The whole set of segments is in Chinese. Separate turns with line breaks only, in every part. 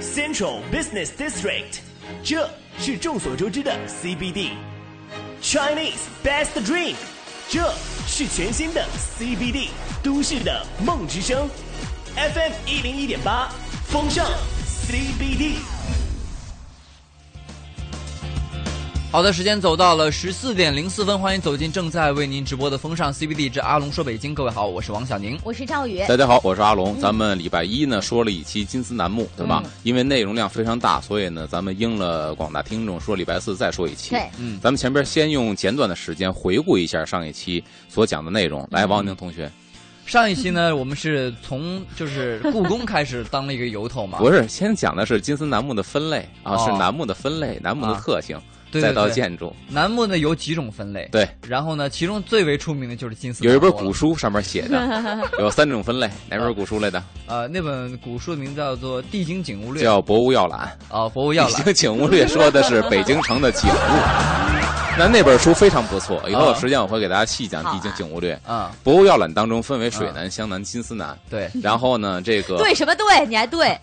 Central Business District，这是众所周知的 CBD。Chinese Best Dream，这是全新的 CBD 都市的梦之声。FM 一零一点八，风尚 CBD。
好的，时间走到了十四点零四分，欢迎走进正在为您直播的风尚 CBD 之阿龙说北京。各位好，我是王小宁。
我是赵宇。
大家好，我是阿龙。咱们礼拜一呢说了一期金丝楠木，对吧？因为内容量非常大，所以呢咱们应了广大听众，说礼拜四再说一期。
对
嗯，咱们前边先用简短的时间回顾一下上一期所讲的内容。来，王宁同学，
上一期 呢，我们是从就是故宫开始当了一个由头嘛，
不是先讲的是金丝楠木的分类啊，
哦
是楠木的分类，楠木的
啊
特性，
对对
再到
对
建筑。
楠木呢有几种分类，
对，
然后呢，其中最为出名的就是金丝楠
有
木
一
了。
本古书上面写的有三种分类，哪本古书来的？
呃，那本古书的名字叫做《地经景物略》
叫《博物要览》。
啊，博物
《
要
北
览
京》景物略》说的是北京城的景物，那那本书非常不错，以后有时间我会给大家细讲《
好
地
啊
经景物略》。
啊，
博物要览当中分为水南、湘南、金丝南，
对，
然后呢，这个
对什么对？你还 对，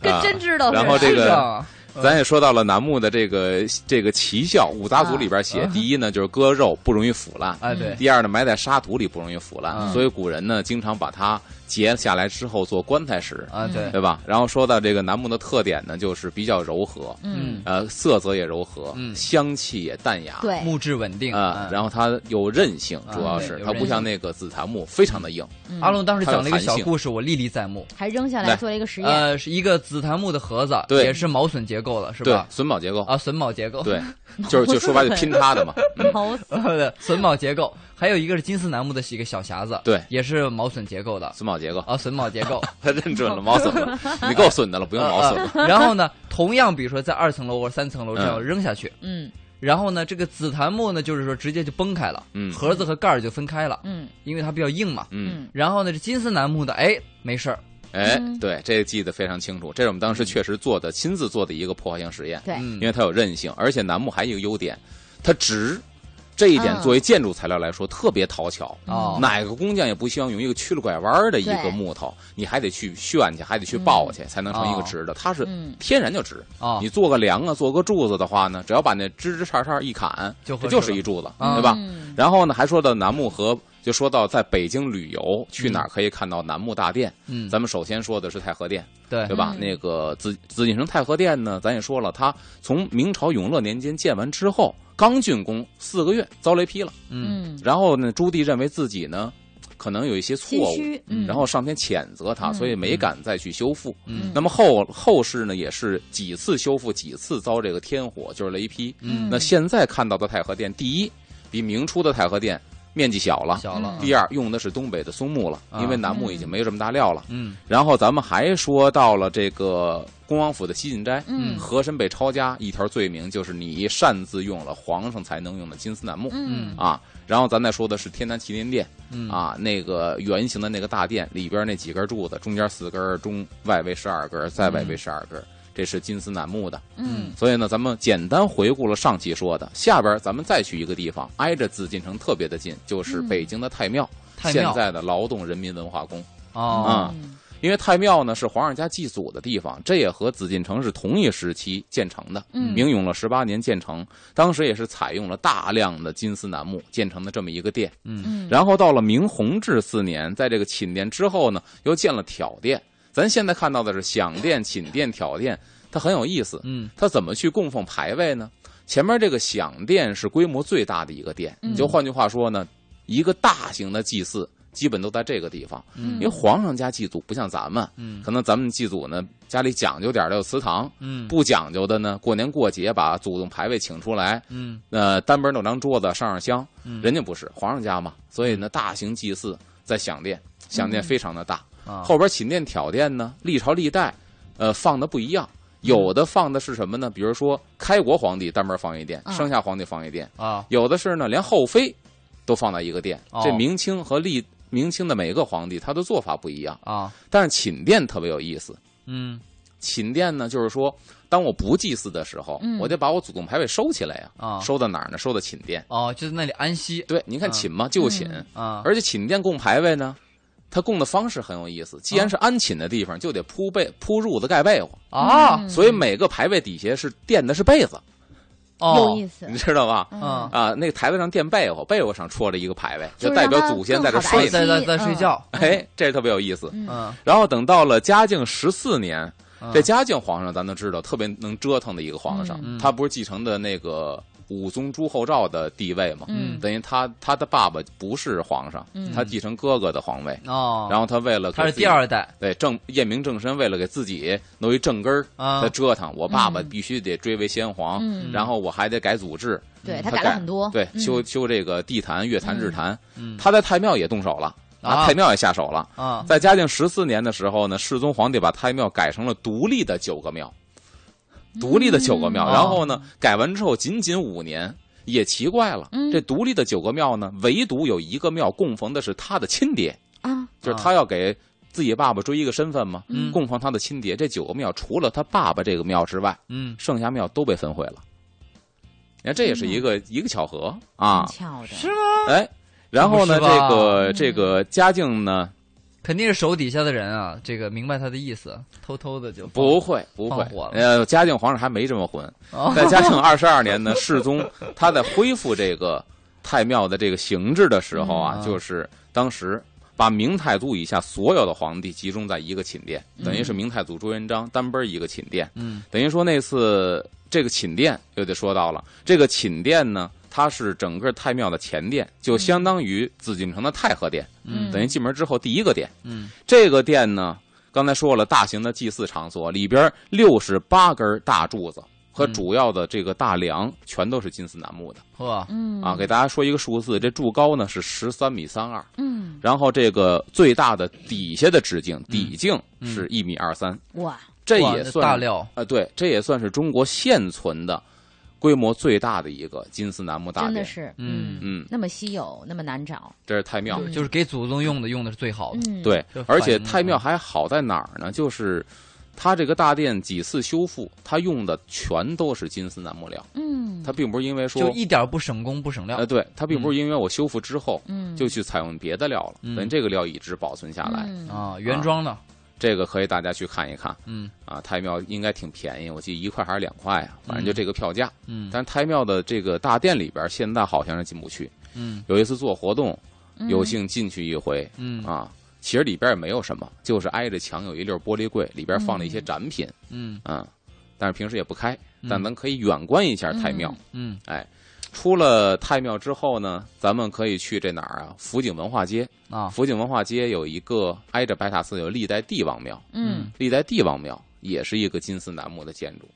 跟真知道似的。
啊然后这个
是啊
咱也说到了楠木的这个这个奇效，五杂组里边写，第一呢就是割肉不容易腐烂，
哎对
第二呢埋在沙土里不容易腐烂，
嗯
所以古人呢经常把它截下来之后做棺材使，
啊对，
对吧？然后说到这个楠木的特点呢，就是比较柔和，
嗯，
呃，色泽也柔和，
嗯
香气也淡雅，
对
木质稳定
啊、
嗯
然后它有韧性，主要
啊
是
对
它不像那个紫檀木非常的硬，
阿龙当时讲了一个
它有
小
弹性
故事，我历历在目。
嗯还扔下来
来
做了一个实验。
呃，是一个紫檀木的盒子，
对
也是毛笋结构了，是
对
吧，？
榫卯结构，
啊，榫卯结构， 呃
对，就是就说白了就拼插的嘛，嗯，
毛死
对，榫卯结构，还有一个是金丝楠木的一个小匣子，
对
也是毛笋结构的
榫卯结构，
啊，榫卯结 构，
他认准了毛笋了，你够损的了，不用毛笋
呃
了，
呃 然后呢，同样比如说在二层楼或者三层楼这样
嗯
扔下去，
嗯
然后呢，这个紫檀木呢，就是说直接就崩开了，
嗯
盒子和盖儿就分开了，
嗯
因为它比较硬嘛。
嗯，
嗯
然后呢，这金丝楠木的，哎，没事儿，
哎
嗯，
对，这个记得非常清楚，这是我们当时确实做的，亲自做的一个破坏性实验，
对
嗯
因为它有韧性，而且楠木还有一个优点，它直。这一点作为建筑材料来说特别讨巧，
哦，
哪个工匠也不希望用一个曲了拐弯儿的一个
对
木头，你还得去炫去，还得去抱去，才能成一个
哦
直的。它是
嗯
天然就直。
哦
你做个梁啊，做个柱子的话呢，只要把那枝枝杈杈一砍，
就合
这
适
就是
了
一柱子，
嗯
啊对吧？
嗯
然后呢，还说到楠木和，就说到在北京旅游去哪儿可以看到楠木大殿。
嗯，
咱们首先说的是太和殿，
对
对吧？
嗯
那个紫紫禁城太和殿呢，咱也说了，它从明朝永乐年间建完之后，刚竣工四个月遭雷劈了。
嗯，
嗯，
然后呢，朱棣认为自己呢，可能有一些错
心
误，
虚。嗯，
然后上天谴责他，
嗯
所以没敢再去修复。
嗯
那么后后世呢，也是几次修复，几次遭这个天火，就是雷劈。
嗯
那现在看到的太和殿，第一，比明初的太和殿面积小
嗯
了；
小了，
第二，用的是东北的松木了，
啊
因为楠木已经没有这么大料了。
嗯
然后咱们还说到了这个恭王府的西晋斋，
嗯
和珅被抄家，一条罪名就是你擅自用了皇上才能用的金丝楠木。
嗯
啊，然后咱再说的是天坛祈年殿，
嗯
啊，那个圆形的那个大殿里边那几根柱子，中间四根儿，中外围十二根儿，再外
嗯
围十二根儿，这是金丝楠木的。
嗯
所以呢，咱们简单回顾了上期说的，下边咱们再去一个地方，挨着紫禁城特别的近，就是北京的太庙，
太
现
庙
在的劳动人民文化宫。
嗯
哦，
啊因为太庙呢是皇上家祭祖的地方，这也和紫禁城是同一时期建成的。
嗯
明永乐十八年建成，当时也是采用了大量的金丝楠木建成的这么一个殿。
嗯，
然后到了明弘治四年，在这个寝殿之后呢，又建了挑殿。咱现在看到的是享殿、寝殿、挑殿，它很有意思。
嗯，
它怎么去供奉牌位呢？前面这个享殿是规模最大的一个殿，
嗯
就换句话说呢，一个大型的祭祀基本都在这个地方。
嗯
因为皇上家祭祖不像咱们，
嗯
可能咱们祭祖呢家里讲究点儿的有祠堂，
嗯
不讲究的呢，过年过节把祖宗牌位请出来，
嗯
呃，单边弄张桌子上上香，
嗯
人家不是皇上家嘛，所以呢，大型祭祀在享殿，享殿非常的大。
嗯啊
后边寝殿、挑殿呢，历朝历代，呃，放的不一样，
嗯
有的放的是什么呢？比如说开国皇帝单边放一殿，
嗯
啊
生下皇帝放一殿，
啊
有的是呢，连后妃都放在一个殿。
哦
这明清和历明清的每个皇帝，他的做法不一样，
啊
但是寝殿特别有意思。
嗯
寝殿呢，就是说，当我不祭祀的时候，
嗯
我得把我祖宗牌位收起来呀、
啊
收到哪儿呢？收到寝殿。
哦，就在那里安息
对，您看
啊
寝嘛，就寝，
嗯
啊
而且寝殿供牌位呢，他供的方式很有意思。既
哦
然是安寝的地方，就得铺被铺褥子盖被窝，
啊，
嗯
所以每个牌位底下是垫的是被子，
哦
有意思
你，知道吧？
嗯，
啊，那个台子上垫被窝，被窝上戳着一个牌位，
就是
代表
让他
祖先
更
在这
好地
睡
安
呢。
在在在
嗯
睡觉，
哎，这特别有意思。
嗯，
然后等到了嘉靖十四年，
啊
嗯
这嘉靖皇上咱都知道特别能折腾的一个皇上，
嗯
他不是继承的那个武宗朱厚照的地位吗？
嗯
等于他他的爸爸不是皇上，
嗯
他继承哥哥的皇位。
哦，
然后他为了
他
给
是
自己
第二代，
对正验明正身，为了给自己弄一正根儿，
啊
他折腾。我爸爸
哦嗯
必须得追为先皇，
嗯
啊然后我还得改祖制，
对
他
他改了很多，
对，
嗯
修修这个地坛、乐坛、日坛。
嗯
他在太庙也动手了，
啊
太庙也下手了。
啊，
在嘉靖十四年的时候呢，世宗皇帝把太庙改成了独立的九个庙，独立的九个庙。
嗯
然后呢，改完之后仅仅五年，也奇怪了，
嗯
这独立的九个庙呢，唯独有一个庙供奉的是他的亲爹，
啊，
就是他要给自己爸爸追一个身份嘛，
哦嗯
供奉他的亲爹。这九个庙除了他爸爸这个庙之外，
嗯，
剩下庙都被焚毁了。你看，这也是一
嗯
个、一个巧合啊！
挺巧的，
是吗？
哎，然后呢，
不是
这
吧
个
嗯
这个嘉靖呢，
肯定是手底下的人啊，这个明白他的意思，偷偷的就放
不，会不会
放火了，
呃，嘉靖皇上还没这么混。
哦
在嘉靖二十二年呢，世宗 他在恢复这个太庙的这个形制的时候啊
嗯，
就是当时。把明太祖以下所有的皇帝集中在一个寝殿，等于是明太祖朱元璋单奔一个寝殿。
嗯，
等于说那次这个寝殿又得说到了，这个寝殿呢，它是整个太庙的前殿，就相当于紫禁城的太和殿，
嗯
等于进门之后第一个殿。
嗯，
这个殿呢，刚才说了，大型的祭祀场所里边六十八根大柱子和
嗯
主要的这个大梁全都是金丝楠木的、
呵，
嗯
啊。给大家说一个数字，这柱高呢是十三米三二，
嗯
然后这个最大的底下的直径底径是一米二三、
哇，
这
嗯哇
也
那
算
大
是
料，
啊，对，这也算是中国现存的规模最大的一个金丝楠木大
真
殿
的。是
嗯
嗯，
那么稀有，那么难找，
这是太庙。
就就是给祖宗用的，用的是最好的，
嗯，
对
这，
而
反
且
应
太庙
啊
还好在哪儿呢？就是它这个大殿几次修复，它用的全都是金丝楠木料，
嗯，
它并不是因为
就
说，
一点不省工不省料
呃，。对，它并不是因为我修复之后
嗯
就去采用别的料了，
嗯
等这个料一直保存下来，
嗯
啊，原装的，
这个可以大家去看一看
嗯
啊。太庙应该挺便宜，我记得一块还是两块啊，反
嗯
正就这个票价。
嗯
但是太庙的这个大殿里边，现在好像是进不去。
嗯
有一次做活动，
嗯
有幸进去一回、
嗯
啊。其实里边也没有什么，就是挨着墙有一溜玻璃柜，里边放了一些展品
嗯
啊、但是平时也不开，
嗯
但咱可以远观一下太庙。
嗯
出了太庙之后呢，咱们可以去这哪儿啊？福井文化街。
啊，
福井文化街有一个挨着白塔寺有历代帝王庙，
嗯
历代帝王庙也是一个金丝楠木的建筑。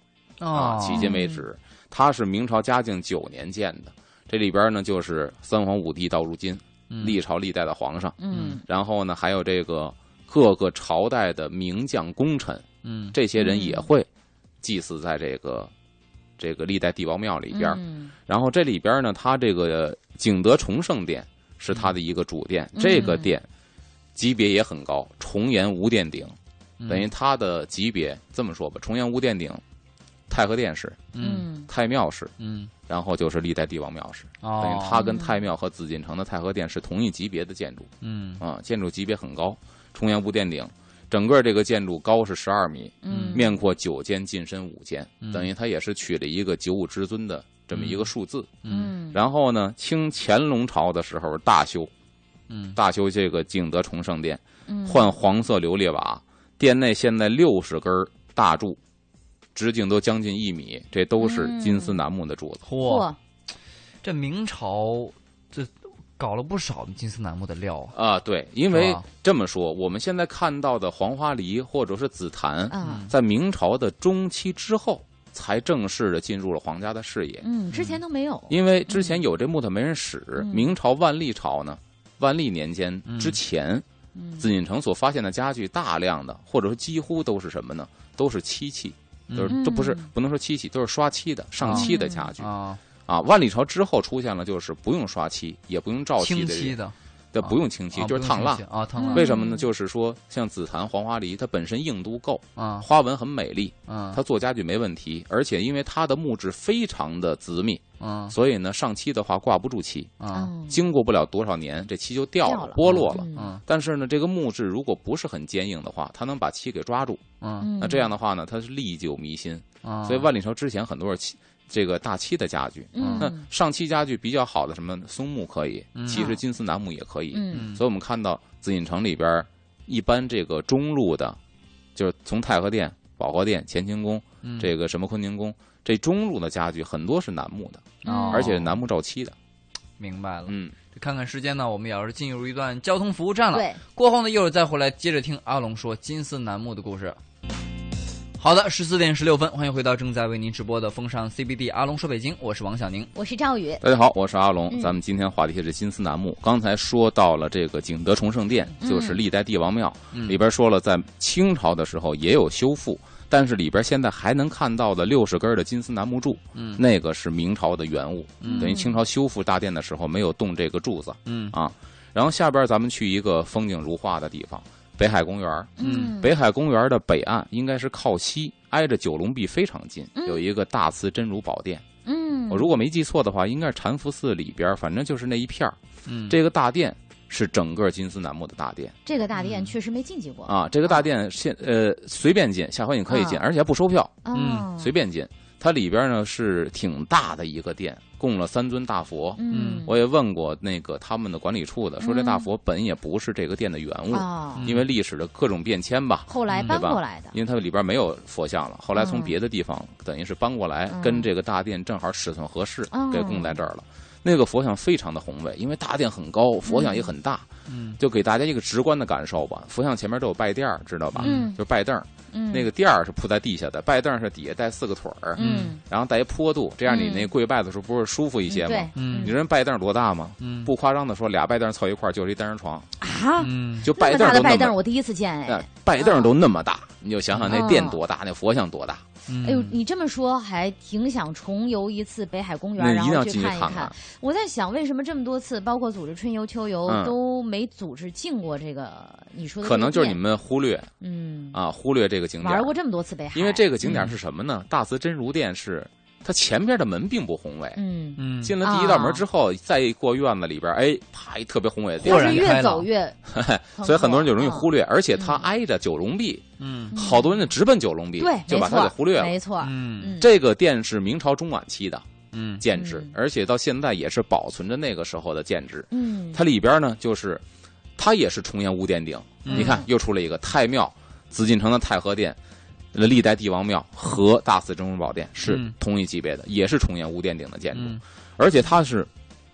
啊，
哦
迄今为止，它是明朝嘉靖九年建的。这里边呢，就是三皇五帝到如今
嗯
历朝历代的皇上，
嗯
然后呢，还有这个各个朝代的名将功臣，
嗯
这些人也
嗯
会祭祀在这个这个历代帝王庙里边。
嗯
然后这里边呢，它这个景德崇圣殿是它的一个主殿，这个
嗯
殿级别也很高，重檐无殿顶，
嗯
等于它的级别这么说吧，重檐无殿顶，太和殿是
嗯
嗯
太庙是。
嗯
然后就是历代帝王庙式，等于
哦
它跟太庙和紫禁城的太和殿是同一级别的建筑
嗯
啊，建筑级别很高，重檐无殿顶，整个这个建筑高是十二米，
嗯
面阔九间，进深五间，
嗯
等于它也是取了一个九五之尊的这么一个数字。
嗯
嗯
然后呢，清乾隆朝的时候大修，
嗯
大修这个景德崇圣殿，
嗯
换黄色琉璃瓦，殿内现在六十根儿大柱，直径都将近一米，这都是
嗯
金丝楠木的柱子。
嚯，
嚯，
这明朝这搞了不少金丝楠木的料啊，
啊，对，因为
吧
这么说，我们现在看到的黄花梨或者是紫檀，
啊，
在明朝的中期之后才正式的进入了皇家的视野，
嗯，之前都没有，
因为之前有这木头没人使。
嗯
明朝万历朝呢，万历年间之前，
嗯
紫禁城所发现的家具大量的，或者说几乎都是什么呢？都是漆器。都是
嗯哦
都不是不能说漆器，都是刷漆的、上漆的家具
啊，
啊。万历朝之后出现了，就是不用刷漆，也不用照漆
清
的这
漆的，
这不用清洗，
啊
就是烫蜡。
啊，烫蜡
为什么
嗯
呢？就是说，像紫檀、黄花梨，它本身硬度够，
啊
花纹很美丽，
啊
它做家具没问题。而且因为它的木质非常的紫密，
啊
所以呢，上漆的话挂不住漆，
啊
嗯
经过不了多少年，这漆就掉
掉
了
了、
剥落了。
嗯
啊
但是呢，这个木质如果不是很坚硬的话，它能把漆给抓住。
啊
嗯
那这样的话呢，它是历久弥新。
啊！
所以万里桥之前很多是漆，这个大漆的家具。那
嗯
上漆家具比较好的什么松木可以，
嗯
其实金丝楠木也可以。
嗯
嗯
所以我们看到紫禁城里边儿，一般这个中路的，就是从太和殿、保和殿、乾清宫，
嗯
这个什么坤宁宫，这中路的家具很多是楠木的，
哦
而且楠木照漆的。
明白了。
嗯，
看看时间呢，我们也要是进入一段交通服务站了。
对，
过后呢，一会儿再回来接着听阿龙说金丝楠木的故事。好的，十四点十六分，欢迎回到正在为您直播的风尚 CBD，阿龙说北京，我是王小宁。
我是赵宇，
大家好，我是阿龙。
嗯
咱们今天话题是金丝楠木。刚才说到了这个景德崇圣殿，
嗯
就是历代帝王庙、
嗯
里边说了，在清朝的时候也有修复，但是里边现在还能看到的六十根的金丝楠木柱，
嗯
那个是明朝的原物，
嗯
等于清朝修复大殿的时候没有动这个柱子
嗯
啊。然后下边咱们去一个风景如画的地方——北海公园儿。
嗯
北海公园的北岸应该是靠西，挨着九龙壁非常近，
嗯
有一个大慈真如宝殿。
嗯，
我如果没记错的话，应该是禅福寺里边儿，反正就是那一片儿。
嗯，
这个大殿是整个金丝楠木的大殿
这个大
嗯
殿确实没进去过，
啊，这个大殿现呃随便进，下回你可以进，
啊
而且还不收票，
哦
随便进。它里边呢是挺大的一个殿，供了三尊大佛。
嗯，
我也问过那个他们的管理处的，说这
嗯
大佛本也不是这个殿的原物，
哦，
因为历史的各种变迁吧，
后来搬
对吧
过来的，
因为它里边没有佛像了，后来从
嗯
别的地方等于是搬过来，
嗯
跟这个大殿正好尺寸合适，
哦
给供在这儿了。那个佛像非常的宏伟，因为大殿很高，佛像也很大，
嗯
就给大家一个直观的感受吧。佛像前面都有拜垫儿，知道吧？
嗯
就是拜凳儿，
嗯，
那个垫儿是铺在地下的，拜凳儿是底下带四个腿儿，
嗯
然后带一坡度，这样你
嗯
那跪拜的时候不是舒服一些吗？
对，
嗯
你知道拜凳儿多大吗？
嗯
不夸张的说，俩拜凳儿凑一块儿就是一单人床，
啊，
嗯
就
那
拜
么
凳
大
儿
的
都
拜
那
凳儿
么，
我第一次见哎
哎。拜凳儿都那么大，你就想想那
哦
殿多大，那佛像多大。
嗯，
哎呦，你这么说还挺想重游一次北海公园，
那
然
一定要
后去
进去
一
看看。
我在想，为什么这么多次，包括组织春游、秋游，
嗯
都没组织进过这个你说的？
可能就是你，们忽略
嗯，
啊，忽略这个景点儿。
玩过嗯这么多次北海，
因为这个景点儿是什么呢？大慈真如殿是它前边的门并不宏伟，
嗯，
嗯
进了第一道门之后，再一过院子里边儿，哎，啪，一特别宏伟的地
豁
它
儿。
然
是
开
越
朗
走越蓬
所以很多人就容易
勃
忽略，而且它
嗯
挨着九龙壁，
嗯
好多人就直奔九龙壁，
对，
就把它
没
给
错
忽略了。
没错，
嗯
嗯，
这个殿是明朝中晚期的
嗯
建制
嗯，
而且到现在也是保存着那个时候的建制。
嗯，
它里边呢，就是它也是重檐无殿顶。
嗯
你看，又出了一个太庙，紫禁城的太和殿，呃历代帝王庙和大慈真如宝殿是
嗯
同一级别的，也是重檐无殿顶的建筑，
嗯
而且它是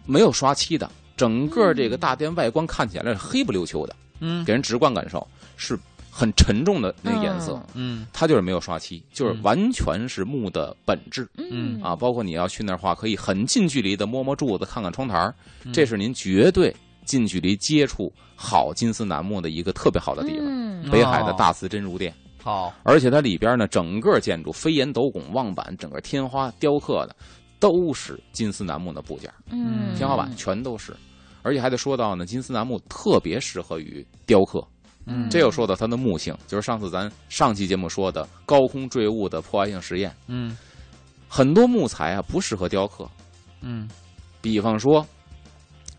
没有刷漆的，整个这个大殿外观看起来是黑不溜秋的，
嗯
给人直观感受是很沉重的那个颜色。
嗯
它就是没有刷漆，就是完全是木的本质。
嗯，嗯
啊，，包括你要去那儿的话，可以很近距离的摸摸柱子，看看窗台儿，这
嗯
是您绝对近距离接触好金丝楠木的一个特别好的地方。
嗯
北海的
哦
大慈真如殿，
好
而且它里边呢，整个建筑飞檐斗拱、望板，整个天花雕刻的都是金丝楠木的部件儿，
嗯，
天花板全都是。而且还得说到呢，金丝楠木特别适合于雕刻，
嗯
这又说到它的木性，就是上次咱上期节目说的高空坠物的破坏性实验，
嗯
很多木材啊不适合雕刻，
嗯
比方说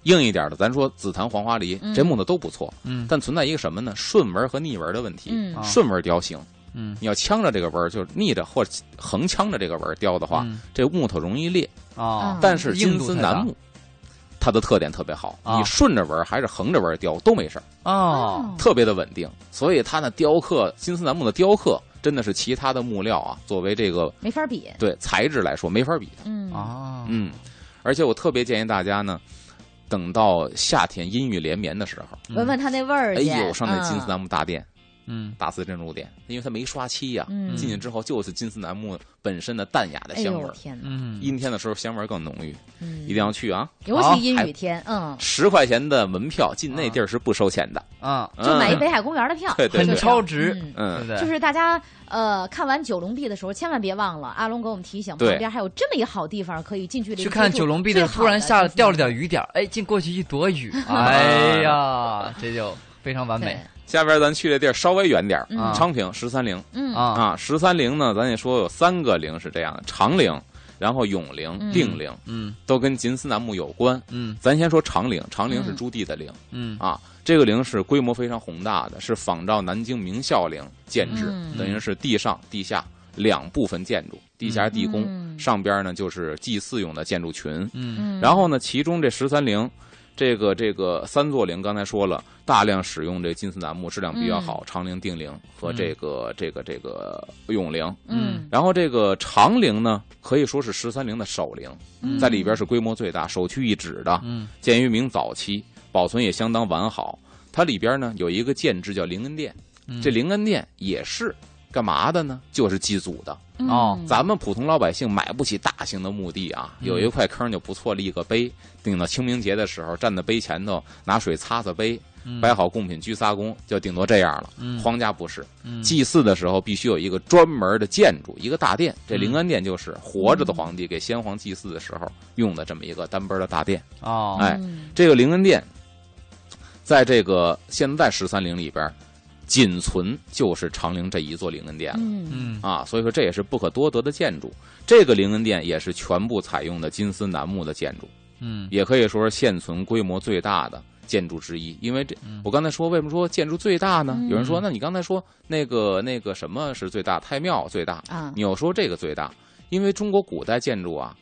硬一点的，咱说紫檀、黄花梨
嗯
这木头都不错，
嗯
但存在一个什么呢？顺纹和逆纹的问题。
嗯
啊
顺纹雕行，
嗯
你要呛着这个纹儿，就是逆着或者横呛着这个纹儿雕的话，
嗯
这木头容易裂。
啊
嗯
但是
硬
金
度
丝
太
楠
大
木，它的特点特别好，
啊
你顺着纹儿还是横着纹儿雕都没事儿，
哦
特别的稳定。所以它呢，雕刻金丝楠木的雕刻真的是其他的木料啊，作为这个
没法比，
对材质来说没法比的。
嗯，
啊
嗯，而且我特别建议大家呢，等到夏天阴雨连绵的时候，
闻闻它那味儿
哎
去，
呦，上那金丝
嗯
楠木大殿，
嗯
大慈珍珠店，因为它没刷漆呀、
嗯
进去之后就是金丝楠木本身的淡雅的
哎
香味
呦
儿。
天哪，
嗯，
阴天的时候香味儿更浓郁，
嗯
一定要去啊！
尤
好
其阴
还
雨天，嗯，
十块钱的门票进那地儿是不收钱的，
啊，
就买一
嗯
北海公园的票，
对对
就
很
这样
超值，
嗯
对不
嗯，
对？
就是大家呃看完九龙壁的时候，千万别忘了阿龙给我们提醒，
对
旁边还有这么一好地方可以进去
去看九龙壁的，突然下了掉了点雨点儿，哎，进过去一躲雨，哎呀，这就非常完
完
美
美，
下边咱去这地儿稍微远点儿，
啊
昌平十三陵
嗯
啊。
啊，十三陵呢，咱也说有三个陵是这样的，长陵，然后永陵、
嗯
定陵，
嗯
都跟金丝楠木有关。
嗯
咱先说长陵，长陵是
嗯
朱棣的陵、
嗯
啊，这个陵是规模非常宏大的，是仿照南京明孝陵建制，
嗯
等于是地上地下两部分建筑，地下是地宫，
嗯
上边呢就是祭祀用的建筑群。
嗯
嗯，
然后呢，其中这十三陵，这个这个三座陵，刚才说了，大量使用这金丝楠木，质量比
嗯
较好，长陵、定陵和这个、这个这个永陵。
嗯
然后这个长陵呢，可以说是十三陵的首陵，
嗯
在里边是规模最大、首屈一指的。
嗯
建于明早期，保存也相当完好。它里边呢有一个建制叫灵恩殿，
嗯
这灵恩殿也是干嘛的呢？就是祭祖的。
嗯
哦
咱们普通老百姓买不起大型的墓地啊，
嗯
有一块坑就不错，立个碑，顶到清明节的时候站在碑前头，拿水擦擦碑，
嗯
摆好贡品鞠仨躬，就顶多这样了。
嗯
皇家不是，
嗯
祭祀的时候必须有一个专门的建筑，一个大殿。这
嗯
灵安殿就是活着的皇帝给先皇祭祀的时候用的这么一个单边的大殿。
嗯
哦
哎，这个灵恩殿，在这个现代十三陵里边，仅存就是长陵这一座灵恩殿了。
嗯
嗯
啊，所以说这也是不可多得的建筑。这个灵恩殿也是全部采用的金丝楠木的建筑，
嗯
也可以说是现存规模最大的建筑之一。因为这
嗯，
我刚才说为什么说建筑最大呢？有人说，
嗯
那你刚才说那个那个什么是最大？太庙最大，
啊
你，又说这个最大，因为中国古代建筑啊，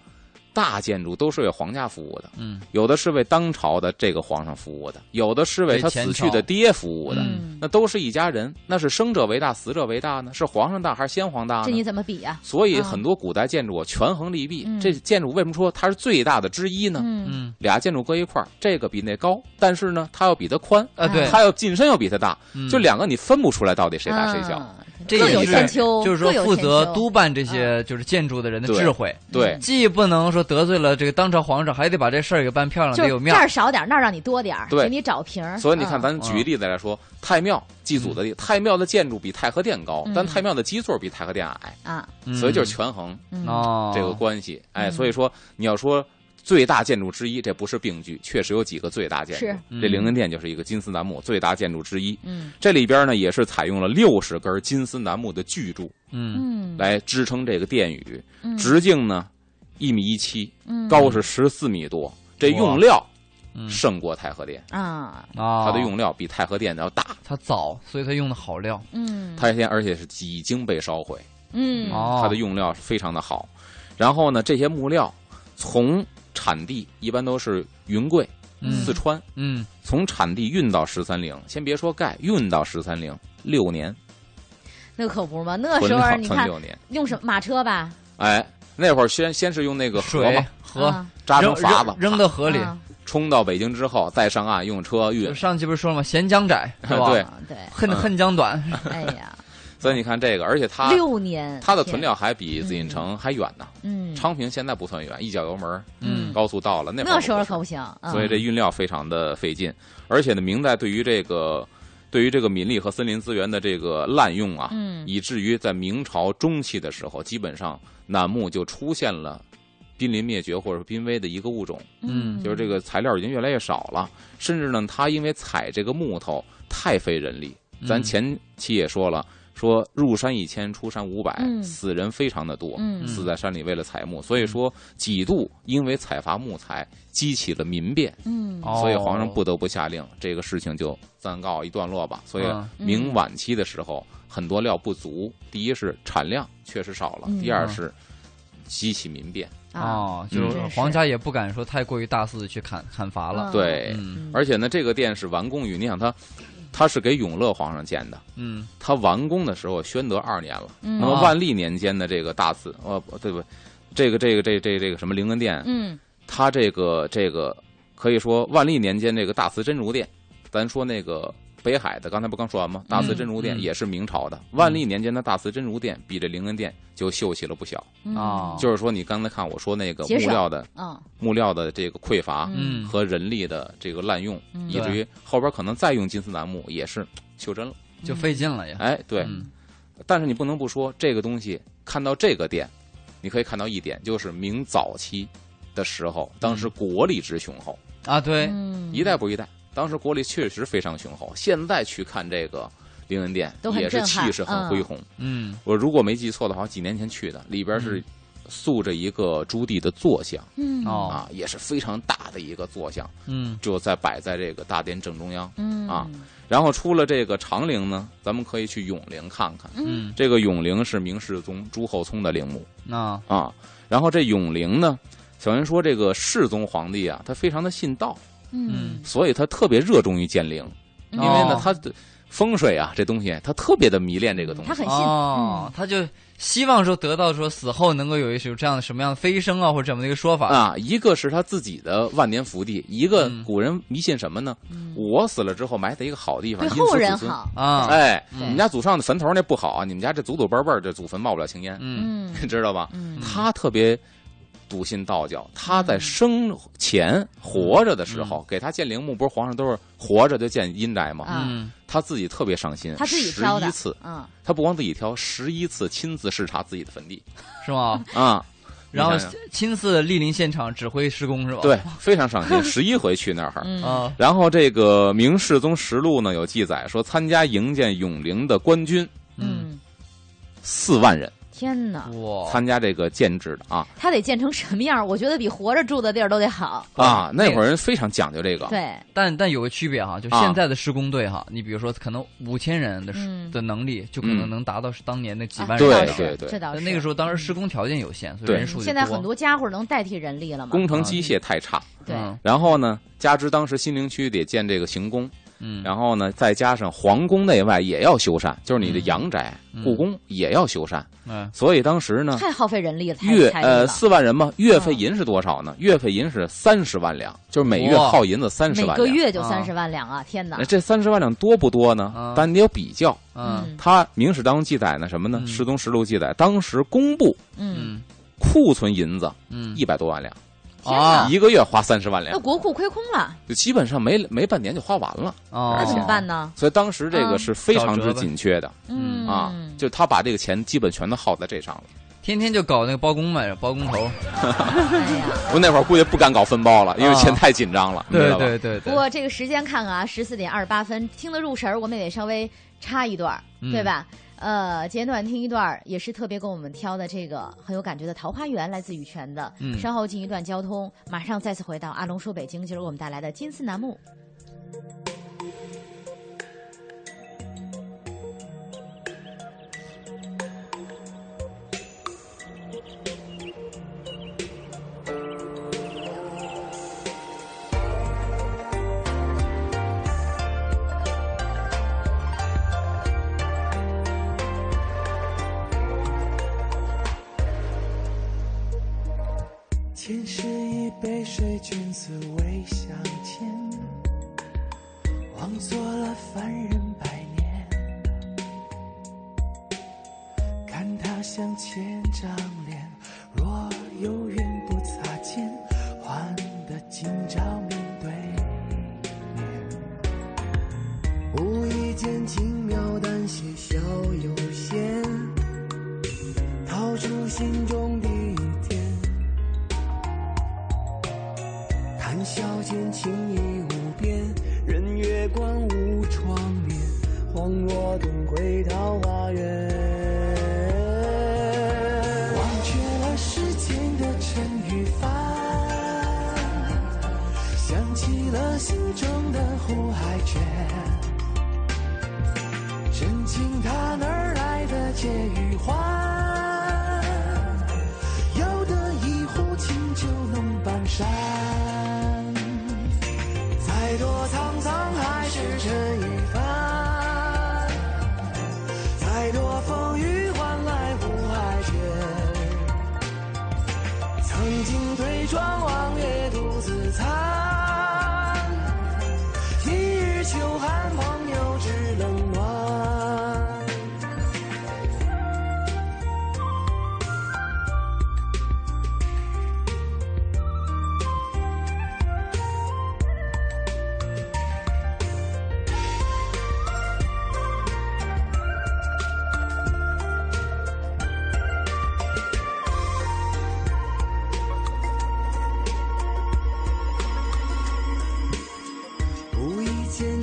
大建筑都是为皇家服务的，
嗯
有的是为当朝的这个皇上服务的，有的是为
为
他
前
死去
朝
的爹服务的。
嗯
那都是一家人，那是生者为大，死者为大呢？是皇上大还是先皇大
这你
呢？
怎么比呀？
所以
啊
很多古代建筑啊，权衡利弊。
嗯
这建筑为什么说它是最大的之一呢？
嗯
嗯
俩建筑搁一块儿，这个比那高，但是呢，它要比它宽，
啊，对，
它要进深要比它大，
嗯
就两个你分不出来到底谁大谁小。
啊
这
各
也
有
是
千秋，
就是说
各有
负
千
责
秋
督办这些就是建筑的人的
对
智慧，
对
嗯，
既不能说得罪了这个当朝皇上，还得把这事儿给办漂亮，
就
得
是
有
这
面儿
儿少点儿，那儿让你多点儿，
对
给你找平儿。
所以你看，
嗯
咱举个例子来说，太庙祭祖的地，太庙的建筑比太和殿高，
嗯
但太庙的基座比太和殿矮，
啊，
嗯
所以就是权衡
嗯
哦，
这个关系。哎，
嗯
所以说你要说最大建筑之一，这不是病句，确实有几个最大建筑。
是
嗯
这灵恩殿就是一个金丝楠木最大建筑之一。
嗯
这里边呢也是采用了六十根金丝楠木的巨柱
嗯
嗯，
来支撑这个殿宇，
嗯
直径呢一米一七，
嗯
高是十四米多。这
哇
用料
嗯
胜过太和殿，
啊，
啊，
它的用料比太和殿要大。
它早，所以它用的好料，
嗯，
太和殿而且是已经被烧毁，
嗯
哦，
它的用料是非常的好。然后呢，这些木料从产地一般都是云贵、
嗯
四川，
嗯
从产地运到十三陵，先别说盖，运到十三陵六年，
那可不嘛，那
囤
时候
好
你
囤
看
六年。
用什么马车吧，
哎，那会儿先先是用那个河
水
嘛
河
啊
扎
扔
成筏子
扔扔到河里，
啊
冲到北京之后，再上岸用车运。
上期不是说了吗？嫌江 窄是吧？
对
啊对，
恨
嗯
恨江 短，
哎 呀，
所以你看这个，而且它
六年
它的
天
屯料还比紫禁城还远呢。
嗯，
昌平现在不算远，一脚油门，
嗯
高速到了。那会
那
儿
时候
不
可
合
不
适
行，嗯
所以这运料非常的费劲。而且呢，明代对于这个对于这个民力和森林资源的这个滥用啊，
嗯
以至于在明朝中期的时候，基本上楠木就出现了濒临灭绝或者濒危的一个物种，
嗯
就是这个材料已经越来越少了。甚至呢，它因为采这个木头太费人力，咱
嗯
前期也说了，说入山一千，出山五百，
嗯
死人非常的多。
嗯
死在山里为了采木，所以说几度因为采伐木材激起了民变，
嗯
哦
所以皇上不得不下令，这个事情就暂告一段落吧。所以
嗯
明晚期的时候，很多料不足，第一是产量确实少了，
嗯
第二是激起民变。
啊，
哦，就是
嗯
皇家也不敢说太过于大肆的去砍砍伐了，
对，
嗯
而且呢，这个殿是完工于，你想它，它是给永乐皇上建的。
嗯
它完工的时候，宣德二年了。
嗯
那么
啊
万历年间的这个大慈，呃，不对不，这个这个这个这个这个什么灵恩殿，
嗯
它这个这个可以说万历年间这个大慈真如殿，咱说那个北海的，刚才不刚说完吗？大慈真如殿
嗯嗯
也是明朝的，万历年间的大慈真如殿比这灵恩殿就秀气了不小。
嗯
啊，
就是说，你刚才看我说那个
节省
木料的
嗯
木料的这个匮乏
嗯
和人力的这个滥用，
嗯
以至于后边可能再用金丝楠木也是袖珍了。
就费劲了呀。
哎，对，
嗯
但是你不能不说这个东西，看到这个店，你可以看到一点，就是明早期的时候，当
嗯
时国力之雄厚，
啊，对，
嗯
一代不一代，当时国力确实非常雄厚。现在去看这个灵恩殿
都，很
也是
震撼
气势很恢宏。
嗯
我如果没记错的话，我几年前去的，里边是塑着一个朱棣的坐像、
嗯
哦
啊，也是非常大的一个坐像，
嗯
就在摆在这个大殿正中央。
嗯
啊然后出了这个长陵呢，咱们可以去永陵看看。
嗯，
这个永陵是明世宗朱厚熜的陵墓
那
啊。然后这永陵呢，小人说这个世宗皇帝啊，他非常的信道，
嗯
所以他特别热衷于建陵，因为呢
哦，
他的风水啊这东西，他特别的迷恋这个东
他
西。
很信嗯
哦，他就希望说得到说死后能够有一种这样的什么样的飞升啊，或者怎么的一个说法。
啊，一个是他自己的万年福地，一个
嗯
古人迷信什么呢？
嗯
我死了之后埋在一个好地方，
对
因此
后人
子孙。
好，
啊，
哎，
嗯
你们家祖上的坟头那不好啊，你们家这祖祖辈辈儿这祖坟冒不了青烟，
嗯
嗯
知道吧？
嗯
他特别笃信道教，他在生前活着的时
嗯
候，给他建陵墓，不是皇上都是活着就建阴宅吗？
啊
嗯
他自己特别上心，
他自己挑
十
的
一次，，
嗯
他不光自己挑，十一次亲自视察自己的坟地
是
嗯
吗？
啊。
然后
你想想
亲自莅临现场指挥施工是吧？
对，非常上心，十一回去那儿。
嗯
啊，
然后这个《明世宗实录》呢有记载说，参加营建永陵的官军
嗯，
嗯，
四万人，
天哪，
哇，
参加这个建制的啊
他得建成什么样？我觉得比活着住的地儿都得好。
啊！那会
那
儿人非常讲究这个，
对，
哎但但有个区别哈，就
啊
现在的施工队哈，你比如说可能五千人的施、
嗯
的能力，就可能
嗯
能达到是当年那几
啊
万
这
人。
倒
对
是
对对
这倒是
但那个时候当时施工条件有限，所以
对
人数就
嗯现在很多家伙能代替人力了嘛？
工程机械太差。
对，
嗯
然后呢，加之当时新陵区得建这个行宫，
嗯，
然后呢，再加上皇宫内外也要修缮，就是你的
嗯
阳宅、
嗯
故宫也要修缮，
嗯
所以当时呢，
太耗费人力了，太
月
太
呃
了。嗯
四万人嘛，月费银是多少呢？月费银是三十万两，就是每月
哇
耗银子三十
每
万
个
两。
月就
啊
三十万两啊！天哪
那，这三十万两多不多呢
啊？
但你得有比较。
嗯
他《明史》当中记载呢，什么呢？
嗯
《世宗实录》记载，当时工部
嗯，
嗯
库存银子
嗯
一百多万两，
天哪
啊
一个月花三十万
那
两，
国库亏空了，
就基本上没没半年就花完了。
哦，
那怎么办呢？
所以当时这个是非常之紧缺的
嗯
啊嗯
啊，就他把这个钱基本全都耗在这上了。
天天就搞那个包工嘛，包工头。
哎呀。
我那会儿估计不敢搞分包了，因为钱太紧张了，你
啊
知
对
道吧？
对对
不
对，
过这个时间看看啊，十四点二十八分，听得入神儿，我们也得稍微插一段儿，
嗯
对吧？呃，简短听一段儿，也是特别跟我们挑的这个很有感觉的《桃花源》，来自羽泉的。
嗯
稍后进一段交通，马上再次回到阿龙说北京，就是我们带来的金丝楠木。
前世一杯水，君子未相见。枉做了凡人百年。看他向前张脸，若有缘不擦肩，换得今朝面对面。无意间轻描淡写笑有限，掏出心中的一天。谈笑间情意无边，任月光无窗帘，恍若重回桃花源。忘却了世间的尘与帆，想起了心中的湖海泉。深情它哪儿来的借与还？有得一壶清酒能半山，再多沧桑还是尘与帆，再多风雨换来湖海泉。曾经对窗望月独自残，一日秋寒朋友枕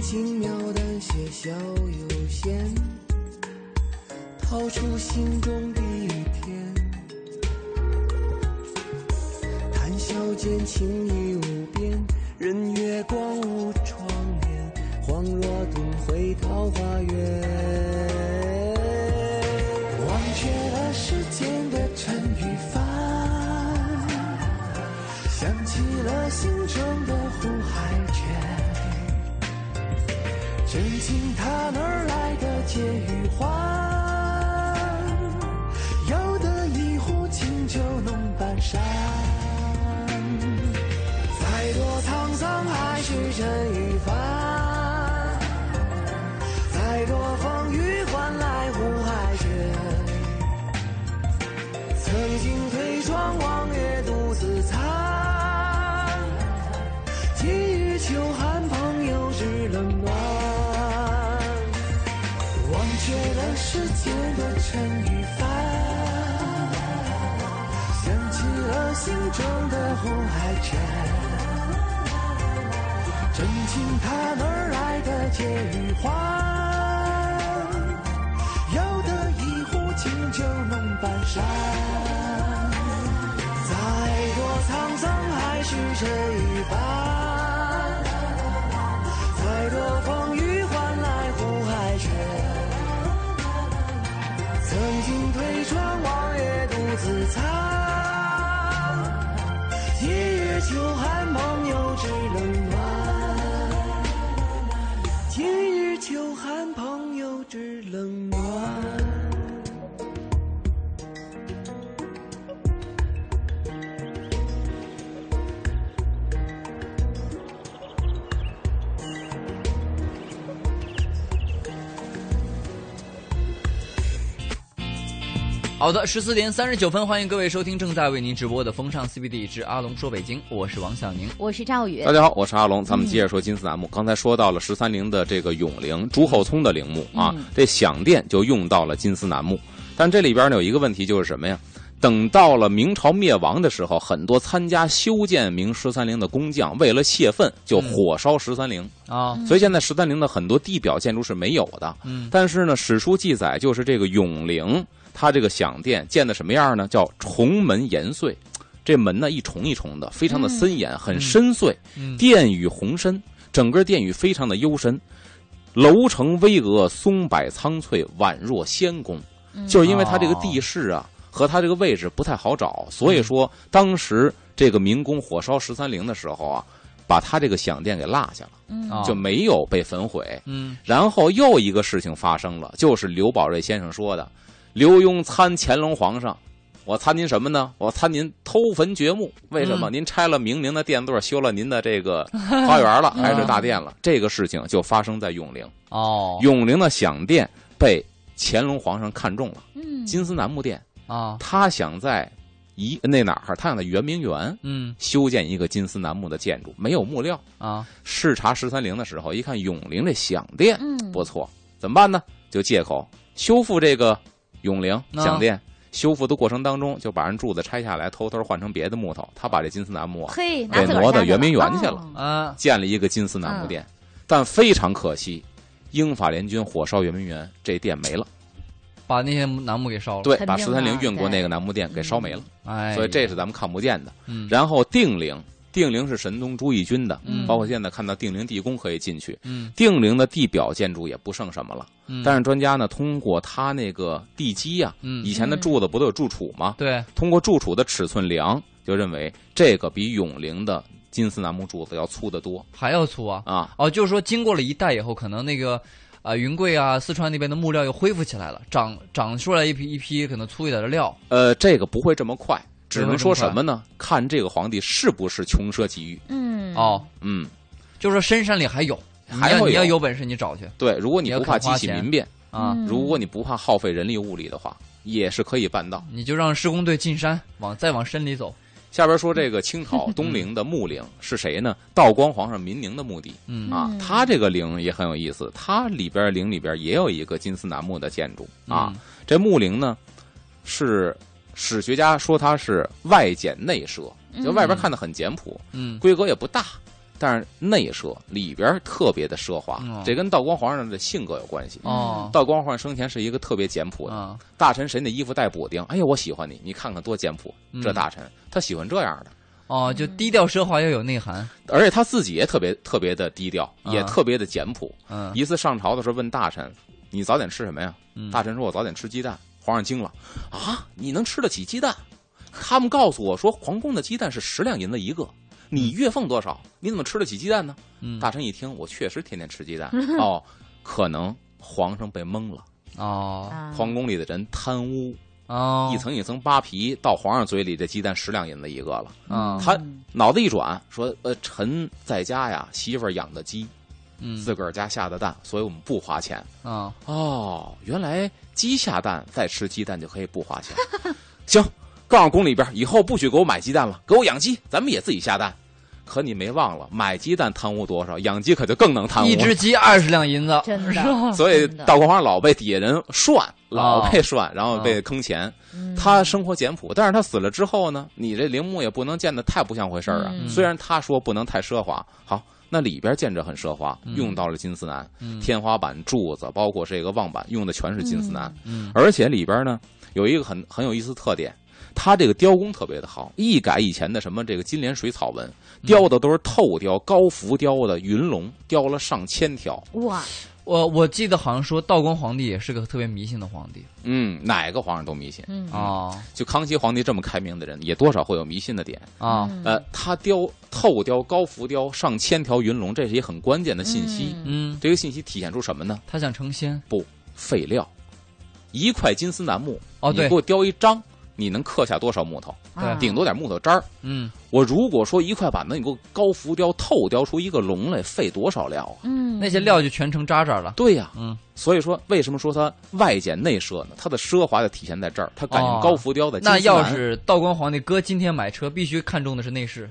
轻描淡写小有限，掏出心中的一片，谈笑间情意无边，任月光无窗帘，恍若重回桃花源，忘却了世间的尘与帆。想起了心中的呼海泉，真情它哪儿来的借与还？要得一壶清酒弄半山，再多沧桑还是尘与帆，再多风雨换来湖海泉。曾经推窗望月独自残，几欲求寒朋友知冷暖，忘却了世间的尘与帆，想起了心中的红海泉，真情它哪儿来的借与还？要得一壶清酒弄半山。再多沧桑还是尘与帆，再多风雨换来湖海泉。曾经推窗望月独自残，一日秋寒朋友知冷暖。今日秋寒，朋友知冷暖。
好的，十四点三十九分，欢迎各位收听正在为您直播的《风尚 CBD 之阿龙说北京》，我是王小宁。
我是赵宇
大，家好，我是阿龙，咱们接着说金丝楠木。刚才说到了十三陵的这个永陵，朱厚熜的陵墓啊，这响殿就用到了金丝楠木。但这里边呢有一个问题就是什么呀？等到了明朝灭亡的时候，很多参加修建明十三陵的工匠，为了泄愤，就火烧十三陵。
啊，
所以现在十三陵的很多地表建筑是没有的。
嗯
但是呢，史书记载就是这个永陵，它这个响殿建的什么样呢？叫重门严邃，这门呢一重一重的，非常的森严，很深邃。
嗯
殿宇宏深，整个殿宇非常的幽深，楼城巍峨，松柏苍翠，宛若仙宫。
嗯
就是因为它这
哦
个地势啊、和它这个位置不太好找，所以
嗯
说当时这个民工火烧十三陵的时候啊，把它这个响殿给落下了，
嗯
啊
就没有被焚毁。
嗯
然后又一个事情发生了，就是刘宝瑞先生说的：“刘墉参乾隆皇上，我参您什么呢？我参您偷坟掘墓。为什么？
嗯
您拆了明陵的殿座，修了您的 这个花园了，
嗯
还是大殿了？这个事情就发生在永陵。
哦
永陵的响殿被乾隆皇上看中了，
嗯
金丝楠木殿，
啊
他想在一那哪儿？他想在圆明园
嗯
修建一个金丝楠木的建筑，没有木料。
啊
视察十三陵的时候，一看永陵这响殿。”
嗯，
不错，怎么办呢？就借口修复这个永陵
啊
响殿。修复的过程当中，就把人柱子拆下来，偷偷换成别的木头。他把这金丝楠木啊，
嘿，拿
给
自个儿
挪
家
到
的
圆明园去
哦
了
啊
建了一个金丝楠木
啊
殿。但非常可惜，英法联军火烧圆明园，这殿没了。
把那些楠木给烧了。，
对，
肯定
把十三陵
啊
运过
对
那个楠木殿给烧没了。
哎，
所以这是咱们看不见的。
嗯
然后定陵，定陵是神宗朱翊钧的，
嗯
包括现在看到定陵地宫可以进去。
嗯
定陵的地表建筑也不剩什么了。
嗯
但是专家呢，通过他那个地基呀、
嗯
以前的柱子不都有柱础吗？
对
通过柱础的尺寸量，就认为这个比永陵的金丝楠木柱子要粗得多
还要粗啊
啊。
哦，就是说经过了一代以后，可能那个啊、云贵啊四川那边的木料又恢复起来了，长长出来一批一批可能粗一点的料。
呃，这个不会这么快，只能
不
说
会这么快
什么呢？看这个皇帝是不是穷奢极欲。
嗯，
哦，
嗯，
就是说深山里还有，你
还
要
会
你要
有
有本事你找去
对，如果你
你要
不怕
肯
激
花
起
钱
民变，
啊。
嗯
如果你不怕耗费人力物力的话，也是可以办到。
你就让施工队进山，往再往深里走。
下边说这个清朝
嗯
东陵的墓陵是谁呢？道光皇上民宁的墓地
嗯
啊
嗯，
他这个陵也很有意思，它里边陵里边也有一个金丝楠木的建筑啊。
嗯
这墓陵呢，是史学家说它是外简内奢，就外边看的很简朴，
嗯
规格也不大，但是内奢里边特别的奢华
嗯，
这跟道光皇上的性格有关系。
哦，
道光皇上生前是一个特别简朴的，
啊，
大臣谁的衣服带补丁，哎呦，我喜欢你，你看看多简朴，
嗯
这大臣他喜欢这样的，
哦，就低调奢华要有内涵，
而且他自己也特别特别的低调，
啊
也特别的简朴。
嗯，
一次上朝的时候问大臣：“你早点吃什么呀？”大臣说：“我早点吃鸡蛋。”皇上惊了：“啊，你能吃得起鸡蛋？”他们告诉我说，皇宫的鸡蛋是十两银子一个，你月俸多少？你怎么吃得起鸡蛋呢？
嗯
大臣一听，我确实天天吃鸡 蛋。哦，可能皇上被蒙了，
哦
啊，
皇宫里的人贪污，
哦，
一层一层扒皮到皇上嘴里，这鸡蛋十两银子一个了。
嗯
啊，
他脑子一转，说：“呃，臣在家呀，媳妇儿养的鸡，
嗯
自个儿家下的蛋，所以我们不花钱。”
啊，
哦，原来鸡下蛋再吃鸡蛋就可以不花钱。 行，告诉宫里边，以后不许给我买鸡蛋了，给我养鸡，咱们也自己下蛋。可你没忘了，买鸡蛋贪污多少，养鸡可就更能贪污
一只
了。
鸡二十两银子，
真的
是吧
所以
真的
道光皇上老被底下人涮，
哦
老被涮，然后被坑钱。
嗯
他生活简朴，但是他死了之后呢，你这陵墓也不能建得太不像回事儿啊。
嗯
虽然他说不能太奢华，好，那里边建着很奢华，用到了金丝楠、天花板、柱子，包括这个望板，用的全是金丝楠。
嗯
而且里边呢有一个很很有意思的特点，它这个雕工特别的好，一改以前的什么这个金莲水草纹，雕的都是透雕、高浮雕的云龙，雕了上千条。
哇，
我我记得好像说道光皇帝也是个特别迷信的皇帝
嗯，哪个皇上都迷信，
嗯
哦
就康熙皇帝这么开明的人，也多少会有迷信的点。
啊
嗯
呃，他雕透雕、高浮雕上千条云龙，这是一个很关键的信息。
嗯
嗯，
这个信息体现出什么呢？
他想成仙
不，废料，一块金丝楠木，
哦
你
对
给我雕一张，你能刻下多少木头？
啊
嗯顶多点木头渣儿。
嗯
我如果说一块板子，你给我高浮雕、透雕出一个龙来，费多少料啊？
嗯
那些料就全成渣渣了
对呀、
嗯
所以说为什么说它外简内奢呢？它的奢华就体现在这儿，它敢
哦
用高浮雕的金丝
那
楠、
要是道光皇帝哥今天买车，必须看重的是内 饰，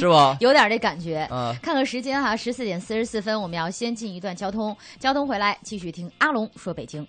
是 吧？
有点这感觉。
啊，
看看时间哈，十四点四十四分，我们要先进一段交通，交通回来继续听阿龙说北京。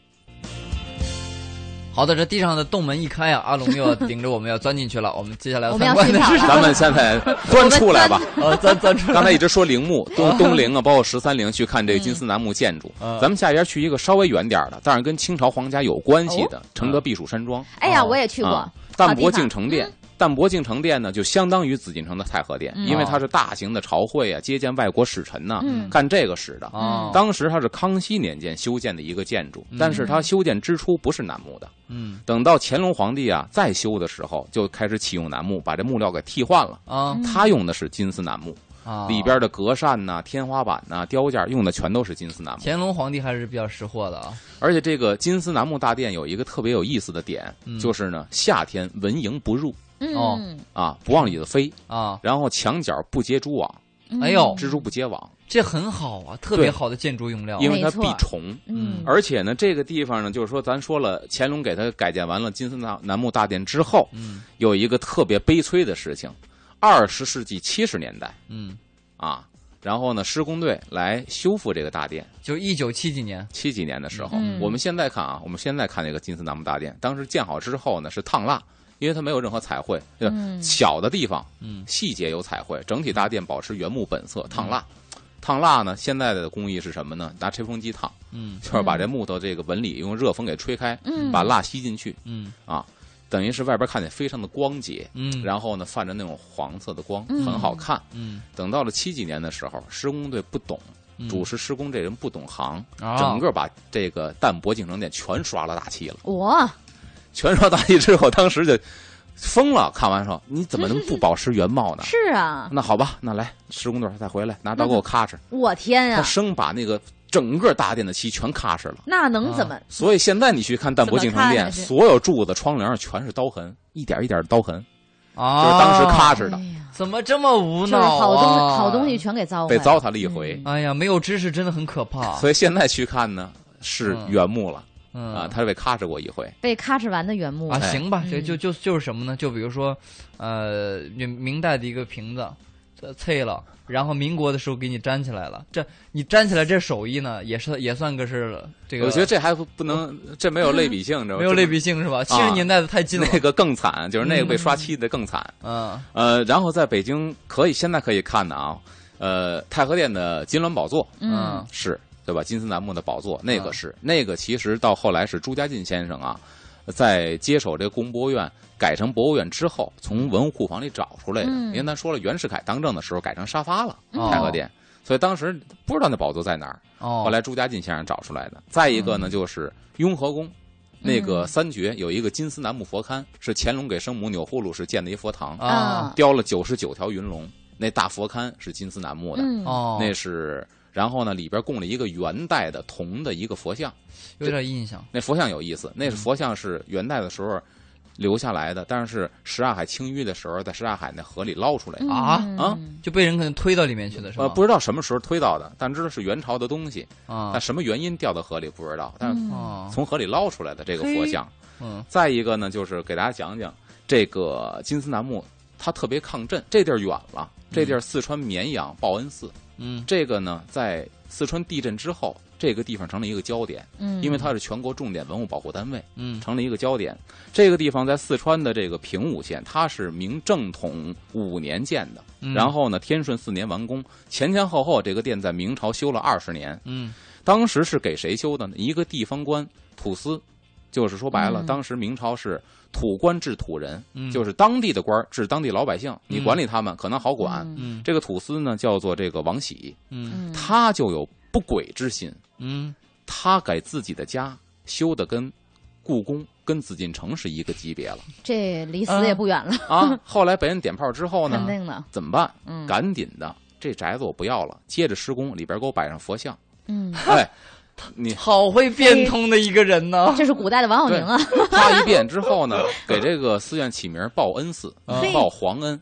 好的，这地上的洞门一开啊，阿龙又要顶着我们要钻进去了。我们接下来要
我们要
参观的
睡
是
觉
啥？
咱们现在端出来吧。
呃，钻钻 出来
刚才一直说陵墓，东东陵啊，包括十三陵，去看这个金丝楠木建筑。
嗯
咱们下边去一个稍微远点儿的，但是跟清朝皇家有关系的承德避暑山庄。
哎呀，
哦
我也哦去过
啊，淡
好地
泊
方嗯
敬城殿。淡泊敬城殿呢，就相当于紫禁城的太和殿，因为它是大型的朝会啊，接见外国使臣呐、
嗯
干这个使
哦
的。
啊，
当时它是康熙年间修建的一个建
嗯
筑，但是它修建之初不是楠木的。
嗯
等到乾隆皇帝啊再修的时候，就开始启用楠木，把这木料给替换了。
啊
嗯
他用的是金丝楠木，
啊，
嗯里边的格扇呐、天花板呐、雕件用的全都是金丝楠木。
乾隆皇帝还是比较识货的啊。
而且这个金丝楠木大殿有一个特别有意思的点，
嗯
就是呢，夏天蚊蝇不入
嗯
哦
啊，不往里头飞，
啊，
然后墙角不结蛛网，
嗯
哎呦，
蜘蛛不结网，
这很好啊，特别好的建筑用料。
因为它
没错
避虫。
嗯
而且呢，这个地方呢，就是说，咱说了，乾隆给他改建完了金丝楠楠木大殿之后，
嗯
有一个特别悲催的事情，二十世纪七十年代
嗯，
啊，然后呢，施工队来修复这个大殿。
就一九七几年
七几年的时候，
嗯
我们现在看啊，我们现在看这个金丝楠木大殿，当时建好之后呢是烫蜡，因为它没有任何彩绘，就是
嗯
小的地方，
嗯
细节有彩绘，整体大殿保持原木本色，烫蜡。
嗯
烫蜡呢，现在的工艺是什么呢？拿吹风机烫，
嗯
就是把这木头这个纹理用热风给吹开，
嗯
把蜡吸进去
嗯
啊，等于是外边看起来非常的光洁，
嗯，
然后呢泛着那种黄色的光，
嗯
很好看。
嗯
等到了七几年的时候，施工队不懂，
嗯
主持施工这人不懂行，
哦
啊
整个把这个淡泊竞城店全刷了大漆了。
我
全刷大漆之后，当时就疯了。看完说：“你怎么能不保持原貌呢？”
是啊，
那好吧，那来施工队再回来拿刀给我咔哧。
我天
他
啊，
生把那个整个大殿的漆全咔哧了。
那能怎么？
所以现在你去看淡泊竞城
怎么看啊
店，
这
所有柱子、窗帘上全是刀痕，一点一点的刀痕，就
啊，
是当时咔哧的
哎，呀
怎么这么无
就是
脑啊？
好东西，好东西。全给糟毁
被
了，
糟蹋了一回。
嗯
哎呀，没有知识真的很可怕。
所以现在去看呢是原木了、
嗯
啊，他是被咔哧过一回。
被咔哧完的原木
啊，
哎
行吧，
嗯
这就就就是什么呢？就比如说，呃，明明代的一个瓶子，呃，碎了，然后民国的时候给你粘起来了。这你粘起来这手艺呢，也是也算个是这个。
我觉得这还不能，这没有类比性，这
没有类比。性是吧？七十年代的太近了。
那个更惨，就是那个被刷漆的更惨。
嗯
呃，然后在北京可以现在可以看的啊，呃，太和殿的金銮宝座
嗯，
是对吧？金丝楠木的宝座那个是、那个，其实到后来是朱家进先生啊，在接手这个故宫博物院改成博物院之后，从文物库房里找出来的。
嗯
因为咱说了，袁世凯当政的时候改成沙发了，
哦
太和殿，所以当时不知道那宝座在哪儿。
哦，
后来朱家进先生找出来的。再一个
嗯
呢，就是雍和宫。那个三绝有一个金丝楠木佛龛，是乾隆给生母钮祜禄氏建的一佛堂，
啊
雕了九十九条云龙。那大佛龛是金丝楠木的，
嗯，
哦，
那是，然后呢，里边供了一个元代的铜的一个佛像，
有点印象
那佛像有意思，
嗯
那是佛像是元代的时候留下来的，但是什刹海清淤的时候，在什刹海那河里捞出
嗯
来的，
啊
啊
就被人可能推到里面去了，是吧？
呃，不知道什么时候推到的，但知道是元朝的东西，
啊
但什么原因掉到河里不知道，但是
哦，
从河里捞出来的这个佛像。
嗯
再一个呢，就是给大家讲讲这个金丝楠木，它特别抗震，这地儿远了，这地儿四川绵阳报恩寺。
嗯
这个呢，在四川地震之后，这个地方成了一个焦点，
嗯，
因为它是全国重点文物保护单位，
嗯
成了一个焦点。这个地方在四川的这个平武县，它是明正统五年建的，
嗯
然后呢，天顺四年完工，前前后后这个殿在明朝修了二十年。
嗯
当时是给谁修的呢？一个地方官土司，就是说白了，
嗯
当时明朝是土官治土人，
嗯，
就是是当地的官儿治当地老百姓，你
嗯
管理他们可能好管。
嗯
嗯
这个土司呢，叫做这个王喜，
嗯
他就有不轨之心，
嗯
他给自己的家修的跟故宫、跟紫禁城是一个级 别了
这离死也不远了，
啊！后来被人点炮之后
肯
呢，
定的，
怎么办？
嗯，
赶紧的，这宅子我不要了，接着施工，里边给我摆上佛 像。
嗯，
哎，你
好会变通的一个人呢。
这是古代的王小宁啊，
他一变之后呢，给这个寺院起名报 恩寺，
啊
报皇恩，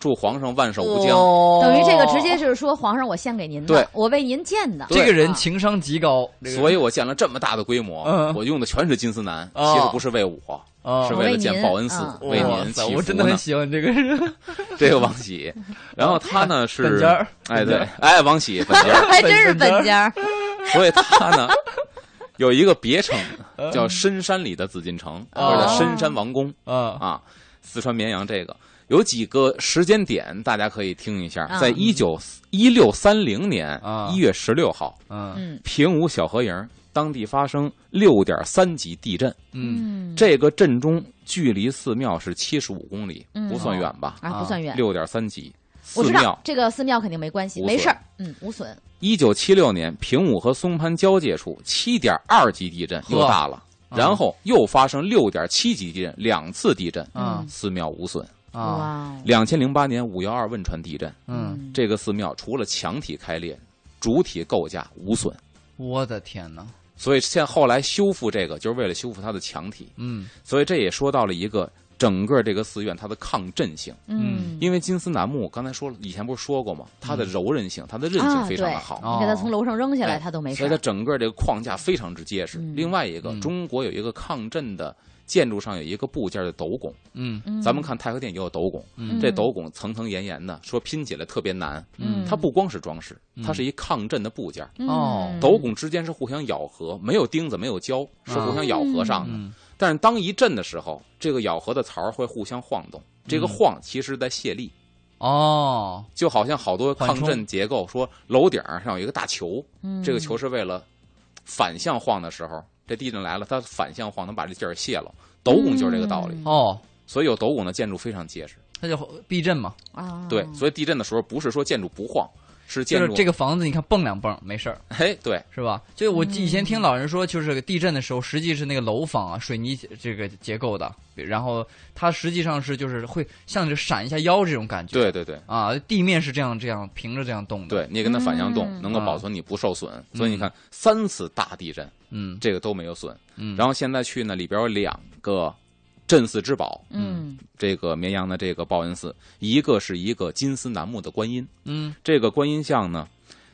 祝皇上万寿无疆。
哦
等于这个直接就是说，皇上，我献给您的
对，
我为您建的。
这个人
啊
情商极高，这个
所以我建了这么大的规模，
嗯
我用的全是金丝楠，
哦
其实不是为我，
哦
是
为
了建
您
报恩寺，
嗯
为
哇
您
塞，
祈
我
福
真的很
呢。
喜欢这个人，
这个王 喜，然后他呢
本
是
家儿
哎，
本家
对
儿，
哎，王喜本家 儿，
还真是本家 儿，
所以他呢有一个别称叫深山里的紫禁城，
嗯哦
或者叫深山王宫
啊
啊，四川绵阳这个有几个时间点，大家可以听一下，
啊
在一九一六三零年
啊
一月十六号，
嗯
嗯
平武小河营当地发生六点三级地震，
嗯
这个震中距离寺庙是七十五公里，
嗯
不算远吧？
啊，不算远，
六点三级，
我
寺
知道
庙。
这个寺庙肯定没关系，
无
没
损
事儿，嗯，无损，
一九七六年，平武和松潘交界处七点二级地震
呵
又大了，
嗯
啊
然后又发生六点七级地震，两次地
嗯
震，
啊
寺庙无损。
啊
哇，哦
两千零八年五幺二汶川地震，
嗯，，
这个寺庙除了墙体开裂，主体构架无损。
我的天哪，
所以现后来修复这个，就是为了修复它的墙体。
嗯
所以这也说到了一个整个这个寺院它的抗震性。
嗯，
因为金丝楠木，刚才说了，以前不是说过吗？它的柔韧性，它的韧性
啊
非常
对
的好，
哦
你给他从楼上扔下来，
哎
他都没事
所以它
儿，
整个这个框架非常之结实。
嗯
另外一个
嗯，
中国有一个抗震的建筑上有一个部件的斗拱，
嗯
嗯
咱们，看太和殿也有斗拱，
嗯
这斗拱层层岩岩的，说拼起来特别难。
嗯，
它不光是装饰，
嗯
它是一抗震的部件。
嗯
哦
斗，拱之间是互相咬合，没有钉子，没有胶，是互相咬合上的。
嗯
但是当一震的时候，这个咬合的槽儿会互相晃动，
嗯
这个晃其实在泄力。
哦
就好像好多抗
缓冲
震结构说楼顶儿上有一个大球，
嗯
这个球，是为了反向晃的时候，这地震来了，它反向晃能把这劲儿泄了。
嗯
斗拱就是这个道理，
嗯
哦，
所以有斗拱的建筑非常结实。
那就避震嘛，
啊，
对，所以地震的时候不是说建筑不晃，是
嗯就
建
是
筑
这个房子，你看蹦两蹦没事儿，
哎对
是吧？就我以前
嗯
听老人说，就是地震的时候，实际是那个楼房啊，水泥这个结构的，然后它实际上是就是会像是闪一下腰这种感觉。
对对对
啊，地面是这样这样平着这样动的。，
对，你跟它反向动，
嗯
能够
啊
保存你不受损。所以你看三次大地震，
嗯
这个都没有损。
嗯，
然后现在去呢，里边有两个镇寺之宝，
嗯，
这个绵阳的这个报恩寺，一个是一个金丝楠木的观音。
嗯
这个观音像呢，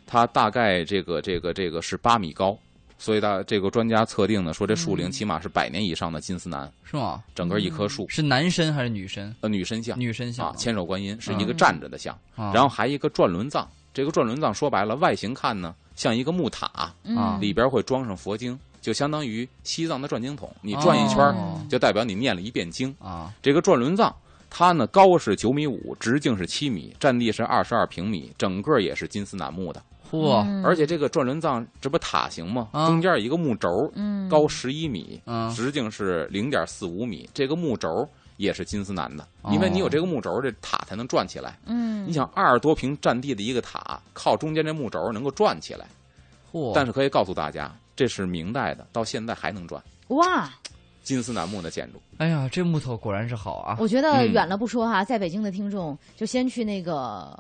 它大概这个这个这个是八米高，所以大这个专家测定呢，说这树龄起码是百年以上的金丝楠，
是吗？
整个一棵树，
是男身还是女身？
呃，女神像
女身像
啊，千手观音是一个
嗯
站着的像，
啊
然后还一个转轮藏，这个转轮藏说白了，外形看呢像一个木塔，
啊
嗯，
里边会装上佛经，就相当于西藏的转经筒，你转一圈儿
哦
就代表你念了一遍经。
啊
这个转轮藏它呢高是九米五，直径是七米，占地是二十二平米，整个也是金丝楠木的。
嚯，
嗯
而且这个转轮藏这不塔形吗？
啊
中间有一个木轴，
嗯
高十一米，
嗯
直径是零点四五米。这个木轴也是金丝楠的，
哦
因为你有这个木轴，这塔才能转起来。
嗯
你想二十多平占地的一个塔，靠中间这木轴能够转起来。
嚯，
但是可以告诉大家，这是明代的，到现在还能转。啊
哇，
金丝楠木的建筑，
哎呀，这木头果然是好啊！
我觉得
嗯
远了不说哈，在北京的听众就先去那个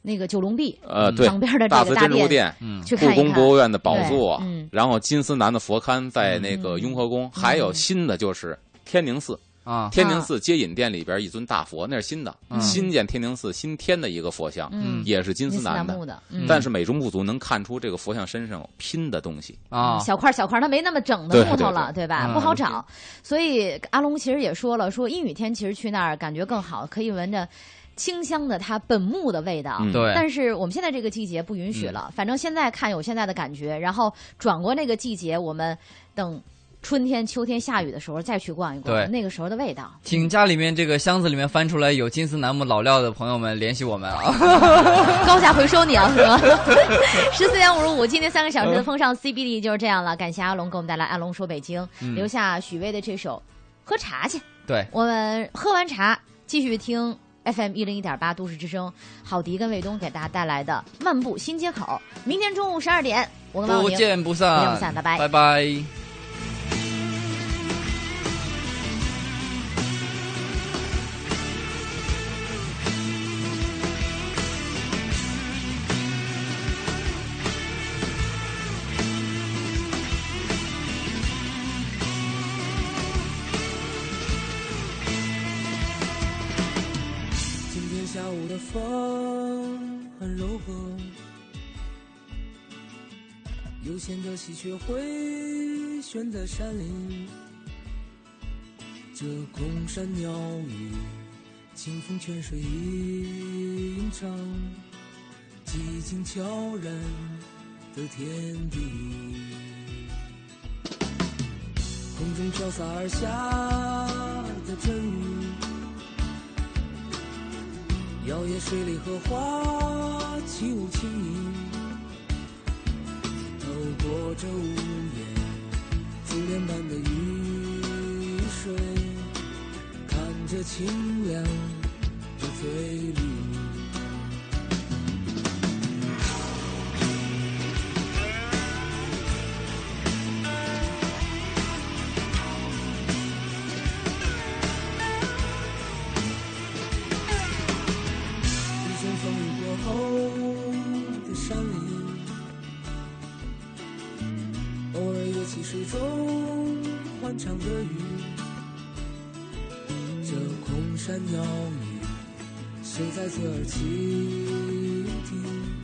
那个九龙壁
呃，
嗯
对，
旁边的
大
这
慈
个大
真如
殿
殿。
嗯，
去
故
看一
宫
看。
博物院的宝座，
对嗯
然后金丝楠的佛龛在那个雍和宫，还有新的就是天宁寺，
嗯
啊，
天宁寺接引殿里边一尊大佛，那是新的，
嗯
新建天宁寺新添的一个佛像，
嗯，
也是金
金
丝楠的。
木的，嗯
但是美中不足，能看出这个佛像身上有拼的东西。
啊，
小块儿小块儿，它没那么整的
对
木头了，
对
对吧？
嗯
不好找，所以阿龙其实也说了，说阴雨天其实去那儿感觉更好，可以闻着清香的它本木的味道。
嗯
对，
但是我们现在这个季节不允许了，反正现在看有现在的感觉，然后转过那个季节，我们等春天、秋天下雨的时候再去逛一
对
逛，那个时候的味道。
请家里面这个箱子里面翻出来有金丝楠木老料的朋友们联系我们 啊！
高价回收你啊， 是吗？ 十四点五十五，今天三个小
嗯
时的风尚 CBD 就是这样了。感谢阿龙给我们带来《阿龙说北京》，
嗯
留下许巍的这首《喝茶去》。
对，
我们喝完茶继续听 FM 一零一点八都市之声，郝迪跟卫东给大家带来的《漫步新街口》。明天中午十二点，我跟王
不
宁
见不散，
不见不散拜拜
拜拜。
今天下午的风很柔和，悠闲的喜鹊回旋在山林，这空山鸟语，清风泉水吟唱，寂静悄然的天地，空中飘洒而下的阵雨。摇曳水里荷花起舞轻盈，透过这屋檐，珠帘般的雨水，看着清凉的翠绿。一阵风雨过后的山林，偶尔也起水中欢唱的鱼。这空山鸟语，谁在侧耳倾听？